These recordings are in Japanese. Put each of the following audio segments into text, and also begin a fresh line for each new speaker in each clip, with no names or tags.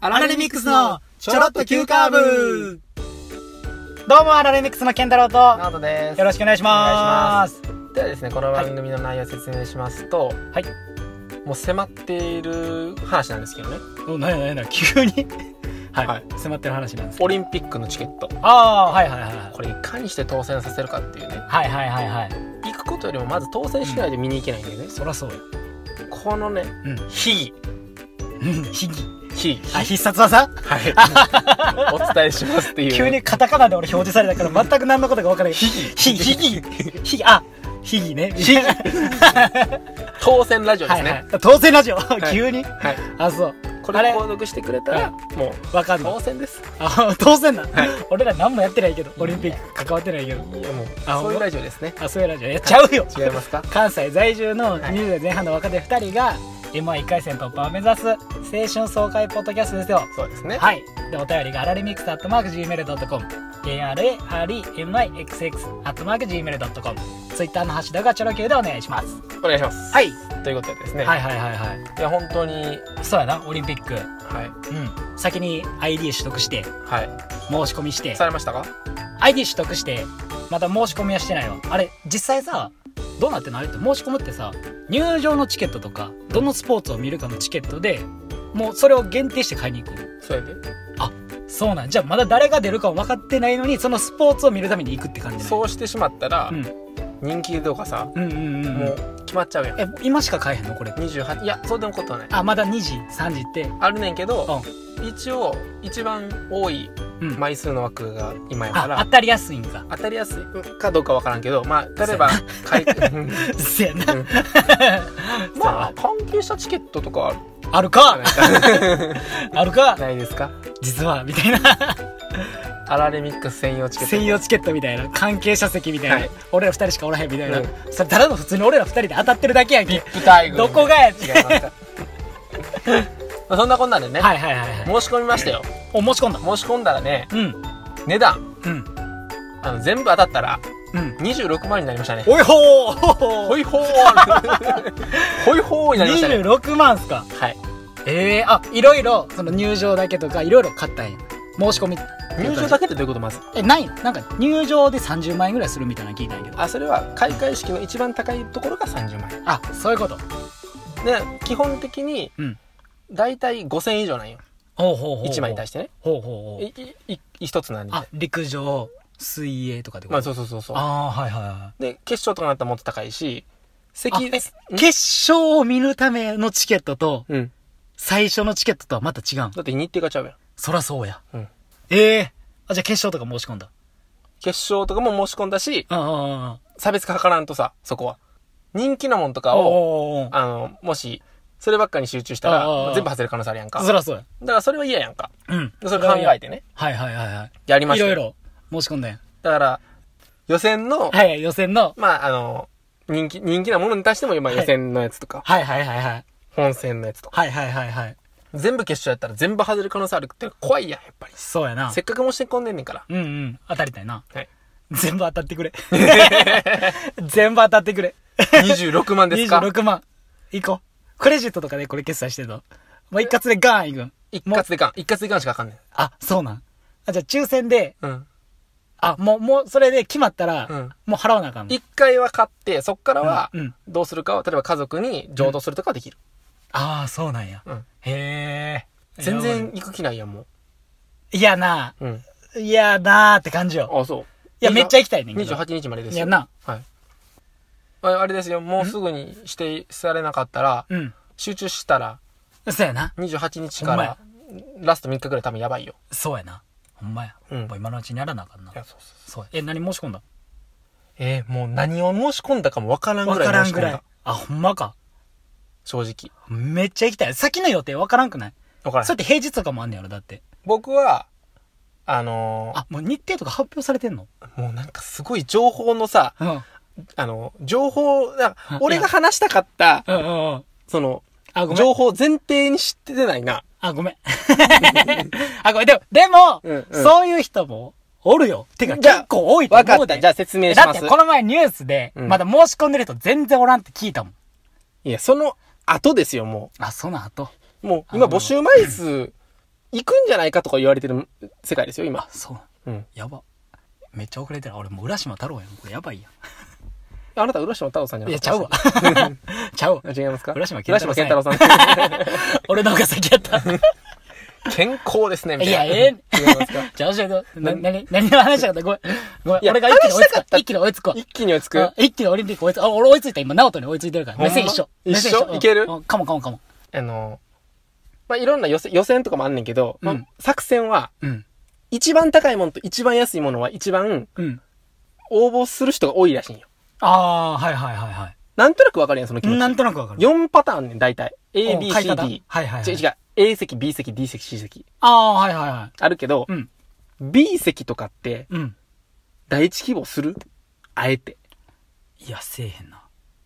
アラレミックスのちょろっと急カーブどうもアラレミックスの健太郎と
ナートです
よろしくお願いします
ではですねこの番組の内容を説明しますと
はい
もう迫っている話なんですけどね
おなんやなんやなんや急に はい、
はい
迫ってる話なんですけど
オリンピックのチケット
ああーはいはいはいはい
これいかにして当選させるかっていうね
はいはいはいはい
行くことよりもまず当選しないで見に行けないんでね、
そらそうよ
このね
うん
悲
ひぎ
劇悲劇
あ必殺技
はいお伝えしますっていうね
急にカタカナで俺表示されたから全く何のことか分からないひぎひぎひぎあひぎねひぎ
当選ラジオで
は
す
い、は
ね
い、当選ラジオ、
い
急に
はい、
あそう
こ
あ
れ
れ
購読してくれたらもう
わかんない
当選です
あ当選だ、
はい
俺ら何もやってないけどオリンピック関わってないけど
いやもう
あ
そういうラジオですね
あそういうラジオやっちゃうよ
違いますか
関西在住の
はい
20代前半の若手2人が m 1 1回戦突破を目指す青春爽快ポッドキャストですよ
そうですね
はいでお便りがアラレミックスアットマーク Gmail.com ARAREMIXX アットマーク Gmail.com ツイッターのハッシュタグはチョロ Q でお願いします
お願いします
はい
ということでですね、、
はいいはいはいはい
や本当に
そうやなオリンピック
はい
うん先に ID 取得して
はい
申し込みして
されましたか
ID 取得してまた申し込みはしてないわあれ実際さどうなってんのあれって申し込むってさ入場のチケットとかどのスポーツを見るかのチケットでもうそれを限定して買いに行くの
それで
そうなんじゃあまだ誰が出るか分かってないのにそのスポーツを見るために行くって感じ
そうしてしまったら、
うん
人気とかさ、
うんうんうんうん
もう決まっちゃうやん
え今しか買えへんのこれ
28いやそうでもことはない
あまだ2時3時って
あるねんけど、一応一番多い
うん
枚数の枠が今やか
あ
ら、
当たりやすいんか
当たりやすいかどうかわからんけどまあ例えば買いうん
せやな
まあ
ま
関係したチケットとか
あ
は
ある
ある
か
んじゃない か
あるか
なないですか
実はみたいな
アラレミックス専用チケット
専用チケットみたいな関係者席みたいな、
はい
俺ら二人しかおらへんみたいな、
うん
それただの普通に俺ら二人で当たってるだけやんけ
ップタイ
どこがや
違いますか まあそんなこんなんでね、
はいはいはいはい
申し込みましたよ
お申し込んだ
申し込んだらね
うん
値段
うん
あの全部当たったら
うん
26万になりましたね
おいほー
ほいほー ほいほーになりましたね
26万っすか
はい
ええー、あいろいろその入場だけとかいろいろ買ったんや申し込み
入場だけってどういうことまず
えないのなんか入場で30万円ぐらいするみたいなの聞いたんやけど
あそれは開会式の一番高いところが30万円
あそういうこと
で基本的に
うん
大体5000以上なんよ
ほうほうほう
1枚に対しててね
ほうほうほう
いいい一つなんで
あ陸上水泳とかってこと
まあそうそうそうそう
ああーはいはいはい
で決勝とかになったらもっと高いし席
あえ決勝を見るためのチケットと
うん
最初のチケットとはまた違うん
だって日程がちゃうやん
そらそうや、
うん
ええあじゃあ決勝とか申し込んだ
決勝とかも申し込んだし
ああ
差別化図らんとさそこは人気なもんとかを
おー
あのもしそればっかに集中した
あ
ら
あああ
全部外れる可能性あるやんか
そらそうや
だからそれは嫌やんか
うん
でそれ考えてね
はいはいはいは
やりま
いい
した
ろい
よ
ろ申し込んだんや
だから予選
は
の
いはい予選の
まあ、あの、人気、人気なものに対しても、今
はい
予選のやつとか、
はいはいはいはい
本戦のやつとか、
はいはいはいはい
全部決勝やったら全部外れる可能性あるって怖いやん、やっぱり。
そうやな
せっかく申し込んでんねんから。
うんうん当たりたい な
はい。
全部当たって くれ全部当たってくれ
26万ですか
26万行こうクレジットとかでこれ決済してんのもう一括でガーンいくん
一
もう
括でいかん。一括でいかんしかあかんねん。
あそうなんあじゃあ抽選で
うん。
あ、もう、もう、それで決まったら、
うん
もう払わなあかんの。
一回は買って、そっからは
うんうん、
どうするかを、例えば家族に譲渡するとかはできる。
ああ、そうなんや。
うん。
へえ。
全然。行く気ないやん、も
いやな
う。うん。
あ、いやなあって感じよ。
あ、そう。
いや、めっちゃ行きたいねんけど。
28日までです
いや
よ。
な。
はい。ああれですよ、もうすぐに指定されなかったら、
うん。
集中したら、
そうやな。
28日からラスト3日ぐらい多分やばいよ
そうやな。ほんまや。
うん
もう今のうちにやらなあかんな。
そうそう
そうや。え、何申し込んだ
えーもう何を申し込んだかもわからん
わ
ぐらい
から
申
ん
し
ぐ
込んだ
らい。あ、ほんまか。
正直
めっちゃ行きたい。先の予定わからんくない
わから
そうんやって平日とかもあんねやろ、だって。
僕はあのー
あ、もう日程とか発表されてんの
もうなんかすごい情報のさ
うん。うん
あの情報な
う
ん
ん
か俺が話したかった
うんうん。
その
あ、ごめん
情。報を前提に知ってないな
あ、ごめん。 あ、ごめん。でも、でも、
うんうん
そういう人もおるよ。てか、
じゃあ
結構多いと思
わ
う
か
で。
ったじゃあ説明
え
し
だ
ま
って、
す
この前ニュースで、
うん
まだ申し込んでる人全然おらんって聞いたもん。
いやその後ですよも
あ、その後。
うもう今募集枚数行くんじゃないかとか言われてる世界ですよ、今。
そう。
うん。
やば。めっちゃ遅れてる。俺もう浦島太郎やん。 これやばいや
あなた、浦島太郎さんじゃ
ん。い
な
や、
かっ
ち
た
ゃうわ。ちゃうわ。
あ違いますか
浦島健
健
太
太
郎
郎
さ
さ
ん
ん。 さ
俺の方が先やった。
ん。健康ですね、み
いや、
たいな。
ええ。
違いますか
じゃあ、教えて。な、なに、何の話したかったごめん。ごめん。
いや
俺が一気に追いつ
話したか
く
った
一気に追いつくわ。
一気に追いつく
あ。一気にオリンピック追いつく。あ、俺追いついた。今、ナオトに追いついてるから。
ほん
目
ま
線一緒。
一緒
目線うん
いける
うんかもかもかも。
あの、まあ、いろんな予選予選とかもあんねんけど、まあ
うん
作戦は、
うん。
一番高いものと一番安いものは一番
うん。
応募する人が多いらしいんよ。
ああ、はいはいはいは
なんとなくわかるやん、その気
い。な
持
ん
ち。
となくわかる。
4パターンねん、大体。A、
うん
B、
買い
C、
方
D。
はいはいは
違う
い。
違う。A 席、B 席、D 席、C 席。
ああ、はいはいはい。
あるけど
う、ん。
B 席とかって、
うん。
第一希望するあえて。
いや、せえへんな。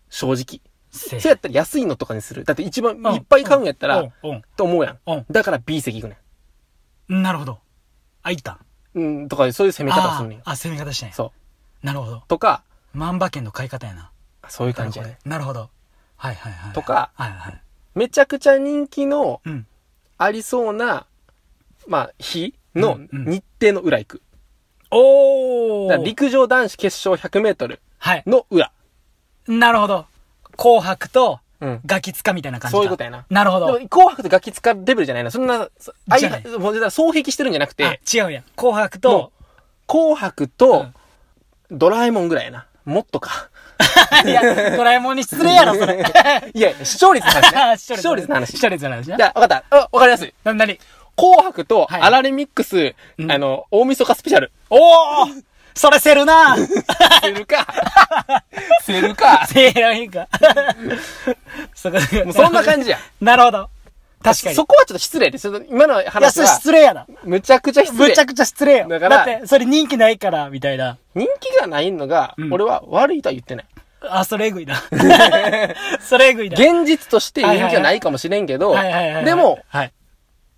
正直。
せえへん
それやったら安いのとかにする。だって一番
うん
いっぱい買うんやった
う
ら
ん、うん
と思うやん
うん。
だから B 席行くね
うん。なるほど。あ、いったん。
ん。うん、とかそういう攻め方するねんよ。
あーあ、攻め方したんや。
そ
なるほど
う。。とか、
万馬券の買い方やな。
そういう感じ
な
や
る
ね。
ほど。なるほど。はいはいはい。
とか
はいはい。
めちゃくちゃ人気の
うん。
ありそうな、まあ、日の
うんうん
日程の裏行く。
お
だから陸上男子決勝100メートル
はい。
の裏。
なるほど。紅白と
うん。
ガキつかみたいな感じか。
そういうことやな。
なるほど。
でも紅白とガキ使うレベルじゃないな。そんな、そあい
じゃない
もうだから双璧してるんじゃなく
あ
て、
違うんや。紅白と、
紅白と、ドラえもんぐらいやな。もっ とか。
いや、ドラえもんに失礼やろ、 それ。
いや、視聴率の話ね。 視聴率の
視
話。
聴率の話な
じ。ゃあ、わかった。あわかりやすい。
な、なに
紅白と、
はい
アラレミックス、
うん
あの、大晦日ス ペシャル。
おーそれせるな
セルか。セルか。
せえらへんか。そこ
もうそんな感じや。
なるほど。確かに。
そこはちょっと失礼です。今の
いや、そ
話
れ
は、
失礼やな。
むちゃくちゃ失
む
礼
ち。ゃくちゃ失礼よ。だ
だから
って、それ人気ないから、みたいな。
人気がないのが、
うん
俺は悪いとは言ってない。
あ、それえぐいな。 それえぐいな。
現実として人気がないかもしれんけど
はいはいはいは、い
でも、
はい。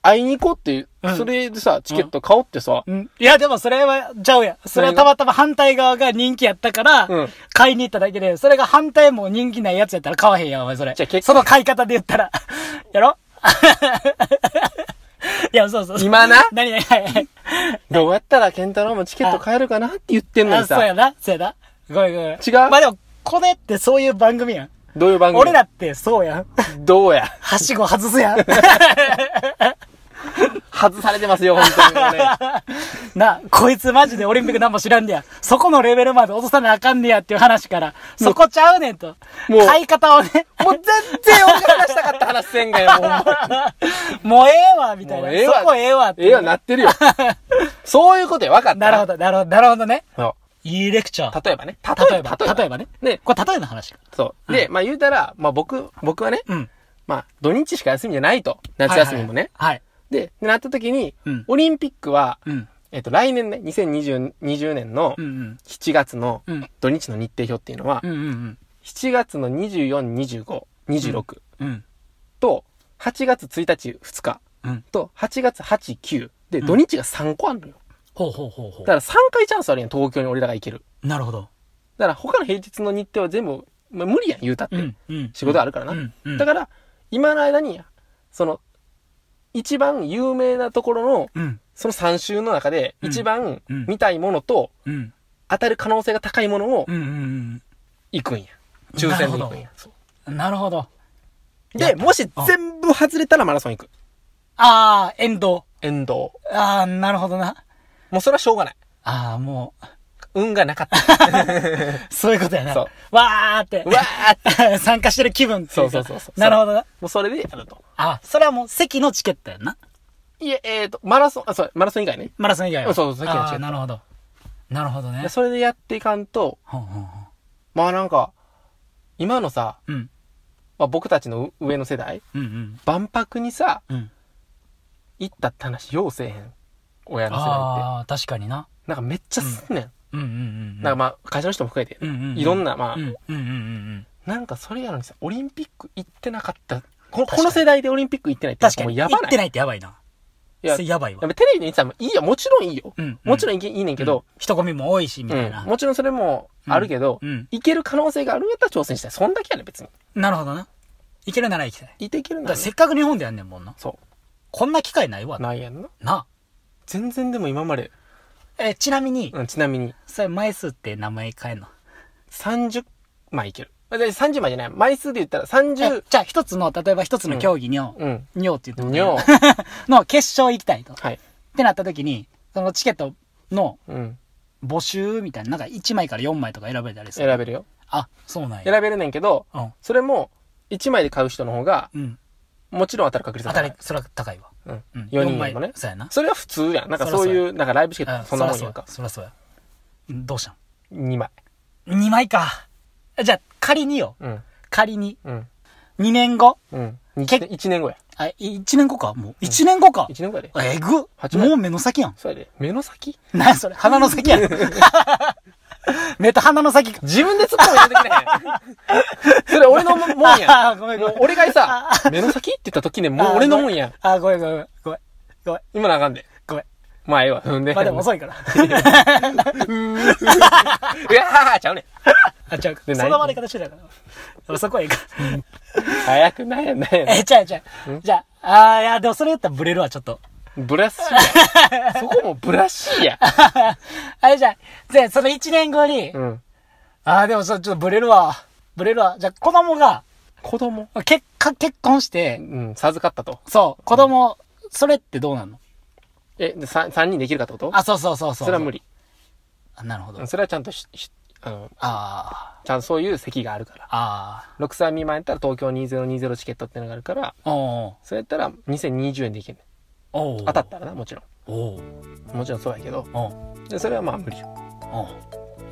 会いに行こうっていう
うん、
それでさ、チケット買おうってさ、
うんいや、でもそれは、ちゃうやん。それはたまたま反対側が人気やったから
うん、
買いに行っただけで、それが反対も人気ないやつやったら買わへんやん、お前それ
じゃあ。結
その買い方で言ったら。 やろいや、そうそう。
今な
何何はいはい。
どうやったらケンタロウもチケット買えるかなって言ってんの
あ、
に
そうや
さ、
な、そうやな。ごめんごめん。
違う
まあでも、これってそういう番組やん。
どういう番組
俺らってそうやん。
どうや
はしご外すや ん。
外されてますよ、本当にもうね。
な、こいつマジでオリンピックなんも知らんねや。そこのレベルまで落とさなあかんねやっていう話から、そこちゃうねんと。
もう
買い方をね、
もう全然俺が話したかった話せんが よ、もうほんま
もうええわ、みたい
も
な。
うええわ
そこええわって。
ええよ、なってるよ。 そういうことや、分かった。
なるほど、なるほど、なるほどね。
そ
いいレクチャー。
う。例えばね。
例えば、例えばね。
ね、
これ例えの話か。
そう。で、まあ言うたら、まあ僕、僕はね、
うん。
まあ土日しか休みじゃないと。夏休みもね。
はい。
で、ってなった時に
うん、
オリンピックは、
うん。
えっと、来年ね、2020 20年の
うんうん。
7月の
うん。
土日の日程表っていうのは
う、んうん
7月の24、25、26
うん。うん。
と、8月1日、2日
うん。
と、8月8、9で、
ん
土日が3個あるのよ。
ほうほうほうほ
だから3回チャンスあるやん、東京に俺らが行ける。
う。なるほど。
だから他の平日の日程は全部、まあ、無理やん、言うたって。
うん。うん。
仕事あるからな。
うん。うん
だから、今の間に、その、一番有名なところの、
うん。
その3週の中で、
うん
一番
うん
見たいものと、
うん。
当たる可能性が高いものを
うん。うん
行くんや。抽選で行くんや。そう
うん。なるほど。や
で、もし
あ
全部外れたらマラソン行く。
あー、エンド。
遠藤。も
あー、なるほどな。
うそれはしょうがない。
あー、も
運がな かった。
う、そういうことやな。
そう
わーって。
うわーって。
参加してる気分っていか
そうそうそうそう
なるほどな。
もうそれでやると。
あ、それはもう席のチケットやんな。
いえ、えっ、と、マラソン、あ、そう、マラソン以外ね。
マラソン以外は。
そうそう席のチ
あ
ケット
ーなるほど。なるほどね
で。それでやっていかんと、
ほんほんほん
まあなんか、今のさ、
うん。
まあ、僕たちの上の世代、
うんうん。
万博にさ、
うん。
行ったって話ようせえへん。親の世代って。
ああ、確かにな。
なんかめっちゃすんねん。
うんうんうん。
なんかまあ、会社の人も含めて、
うんうんうん
いろんな、まあ、
うんうんうんうん。
なんかそれやのにさ、オリンピック行ってなかった。この
確かに
この世代でオリンピック行ってないって
確か
もう
に。
やば
行
な
っ
い。
てないってやばいな。
いや、
それ
や
やばいわ。
っぱテレビで見てたらいいよ、もちろんいいよ。
うん
もちろ
ん
んいいいいねんけど、、
うん人混みも多いし、み
うん
たいな。
もちろんそれもあるけど、
うん。
行ける可能性があるんやったら挑戦したい。そんだけやね別に。
なるほどな。行けるなら行きたい。
行っていけるん
だ
だ
からせっかく日本でやんねんもんな。
そう。
こんな機会ないわな
ないやんな。
な
全然でも今まで、
えちなみに、
うん、ちなみに、
それ枚数って名前変えんの
30枚いける。あで30枚じゃない。枚数で言ったら30
え、じゃあ一つの例えば一つの競技にょ、
うん。
にょって言ってもいい
にょ
の決勝行きたいとっ
はい。
てなった時にそのチケットの
うん。
募集みたいななんか1枚から4枚とか選べたりする
選べるよ。
あそうなんや
選べるねんけど、
うん
それも、1枚で買う人の方が、
うん
もちろん当たる確率
当
は
た
高い
りそれは高いわ、
うん
うん、。
4
四
人
枚
でもね。
そうやな
それは普通やん。なん
そ
か
らそ
そうう
や
いう、なんかライブチケ
う
ット
ん
そん
そ
な
ら
もん
そう
や
や
んか。
そらそうやんどうしたん
2枚。
2枚かじゃあ仮によ
うん。
仮に
うん。
2年後
うん。
け
1年後や。
あ1年後かもう1年後か、
1年後やで。
えぐ
八枚
もう目の先やん
そうやで。目の先
何やそれ鼻の先や ん目と鼻の先か
自分で突っ込むやてくれ へん。それ俺のももんや。
あーごめんごめ
もうん 俺が さ、目の先って言った時ね、もう俺のもんや。
あーごめんごめんごめんごめん
今のあかんで。
ごめん
まあええわ。踏んで。
まあでも遅
い。
い から
うわーちゃうねん。
あちゃう
で
そ
ない
の割り方してないからそこはいいか
早くなんやなんや
え、じゃあ、じゃあ、じゃあ、あーいや、でもそれ言ったらブレるわ、ちょっと。
ブラッシー や。そこもブラッシー や。
あれじゃあ、じゃあその1年後に、
うん。
ああ、でもそれちょっとブレるわ。ブレるわ。じゃあ、子供が、
子供
結果、結婚し
う
て、
ん、授かったと。
そう、子供、それってどうなんの
え、で、さ3人できるかってこと
あ、そうそうそうそう。
それは無理。
あ。なるほど。
それはちゃんとし、しあの、
あ
ちゃんとそういう席があるから
あ、。あ
6歳未満やったら東京2020チケットってのがあるから、
あ、おう
それやったら2020円でいけんねん。
おう
当たったらな、もちろ。
おうおうん
もちろんそうやけど。
おう
でそれはまあ無理よ。
おう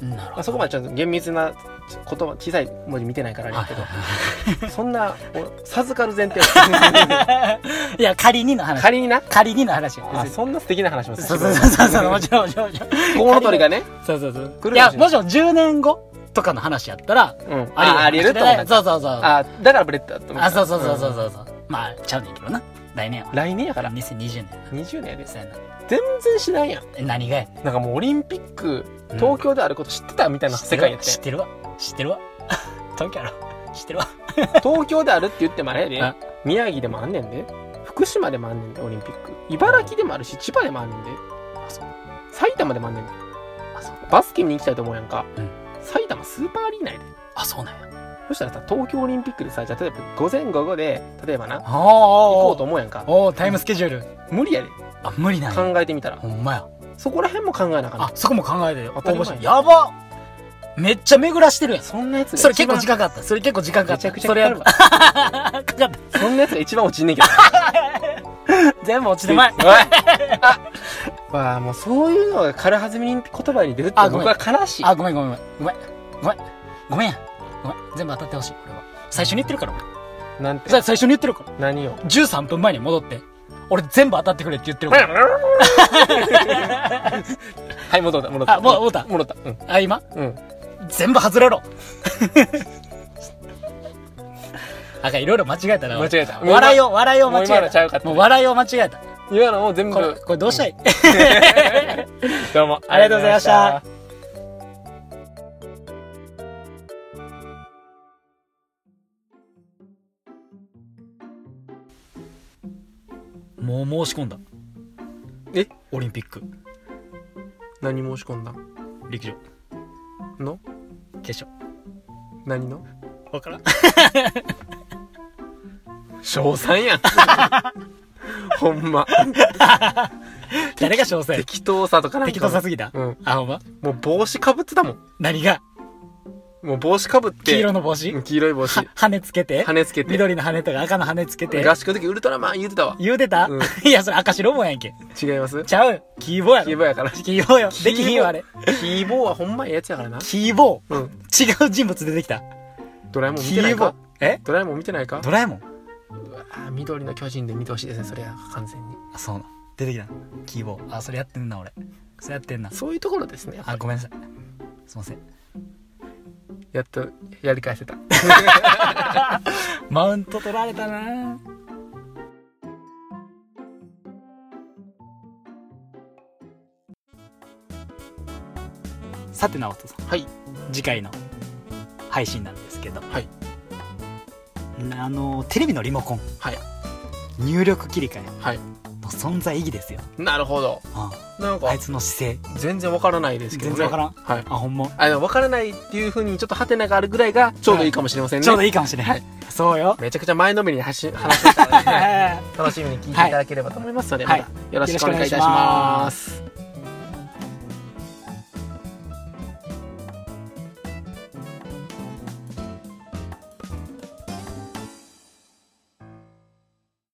なるほ
ま
ど。
あ、そこまでちゃんと厳密なち言葉、小さい文字見てないからあれやけど、そんな、お授かる前提。
いや、仮にの話。
仮にな。
仮にの話よ。別
あ
に
そんな素敵な話も
そうそうそうそう、もちろん、もちろん。もちろん
コウノトリがね、
そうそうそう。
来
い
るか
や、
もしれな
も
い
ちろん10年後とかの話やったら、
うん、あありえると思う。
そうそうそう。あ
あ、だからブレッドだと思った
そうそうそうそう
うん
そうそう。まあ、ちゃうねんけどな。来年は。
来年やから、
2020年
20年やで
ですやな。
全然しないやん
え何がやねん。
なんかもうオリンピック
うん
東京であること知ってたみたいな世界やって
知ってるわ。知ってるわ。 東京やろ。知ってるわ。
東京であるって言ってもあれや
あ
で宮城でもあんねんで福島でもあんねんでオリンピック茨城でもあるし千葉でもあんねんで
そう
埼玉でもあんねんで
あそう
バスケ見に行きたいと思うやんか、
うん
埼玉スーパーアリーナやで
あ、そうなんや。
そしたらさ東京オリンピックでさじゃあ例えば午前午後で例えばな行こ
お
うと思うやんか
おおタイムスケジュール。
無理やで
あ、無理なんや。
考えてみたら
ほんまや。
そこら辺も考えなあかんねん
あ、そこも考えてよ。
当たり前
応募しやばめっちゃ巡らしてるやん。
そんなやつが
それ結構
一番
時間かかった。それ結構時間かかった。
めちゃくちゃ
それ
かか
や
る
ば
わ
かかっ
そんなやつが一番落ちんねんけど
た。 全部落ちてまい。
おいあまあもうそういうのが軽はずみに言葉に出るって
あごめん
僕は悲し い。
あ、ごめんごめんごめん。ごめん。ごめん。ごめんや。ごめん。全部当たってほしい、俺は。最初に言ってるから、俺。
なんて
さ最初に言ってるから。
何を。
13分前に戻って。俺全部当たってくれって言ってるから。
はい、戻った、戻った。
あもう戻った
戻った。うん。
あ、今
うん。
全部外れ ろ。あかん、いろいろ間違えたな。俺
間違えた
笑いを、笑いを間
もう今
違え
のちゃうか
た。
った
もう笑いを間違えた。
今のもう全部
こ。れ、これどうしたい、
どうも。
ありがとうございました。もう申し込んだ。
え
オリンピック、
何申し込んだ
陸上、
の
決勝。
何の
わからん。
賞賛やん。 ほんま。
誰が詳 細
適当さとかなんか。
適当さすぎた、
うん。
あ、ほんま
もう帽子かぶってたもん。
何が
もう帽子かぶって。
黄色の帽子
うん黄色い帽子
は。羽つけて
羽つけて。
緑の羽とか赤の羽つけて
合宿の時ウルトラマン言ってたわ。
言うてた、
うん
いやそれ赤白もやんけ
違います
ちゃうキーボーやろ
キーボーやから
キーボーよできひんわあれ
キーボーはほんまええやつやからな。
キーボ
うん。
ー違う人物出てきた
ドラえもん見
キ
てない
ーボー
か
え
ドラえもん見てないか
ドラえもん
あ緑の巨人で見てほしいですね、それは完全に。
あそうな出てきたキーボーあそれやってんな俺それやってんな
そういうところですね。
あごめんなさいすいません
やっとやり返せた。
マウント取られたなさて直人さん
はい。
次回の配信なんですけど、
はい
あのテレビのリモコン
はい。
入力切り替え
はい。
存在意義ですよ、
なるほど
う
なん
ん、あ
か
いつの姿勢
全然わからないですけど
全
ね
然わからん
はい
あほんま
あのわからないっていうふうにちょっとハテナがあるぐらいがちょうどいいかもしれませんね、
ちょうどいいかもしれない、そうよ
めちゃくちゃ前のめりにはし話してたので、ね、
は
楽しみに聞いていただければと思いますので、
はい
またよろしくお願いいたします。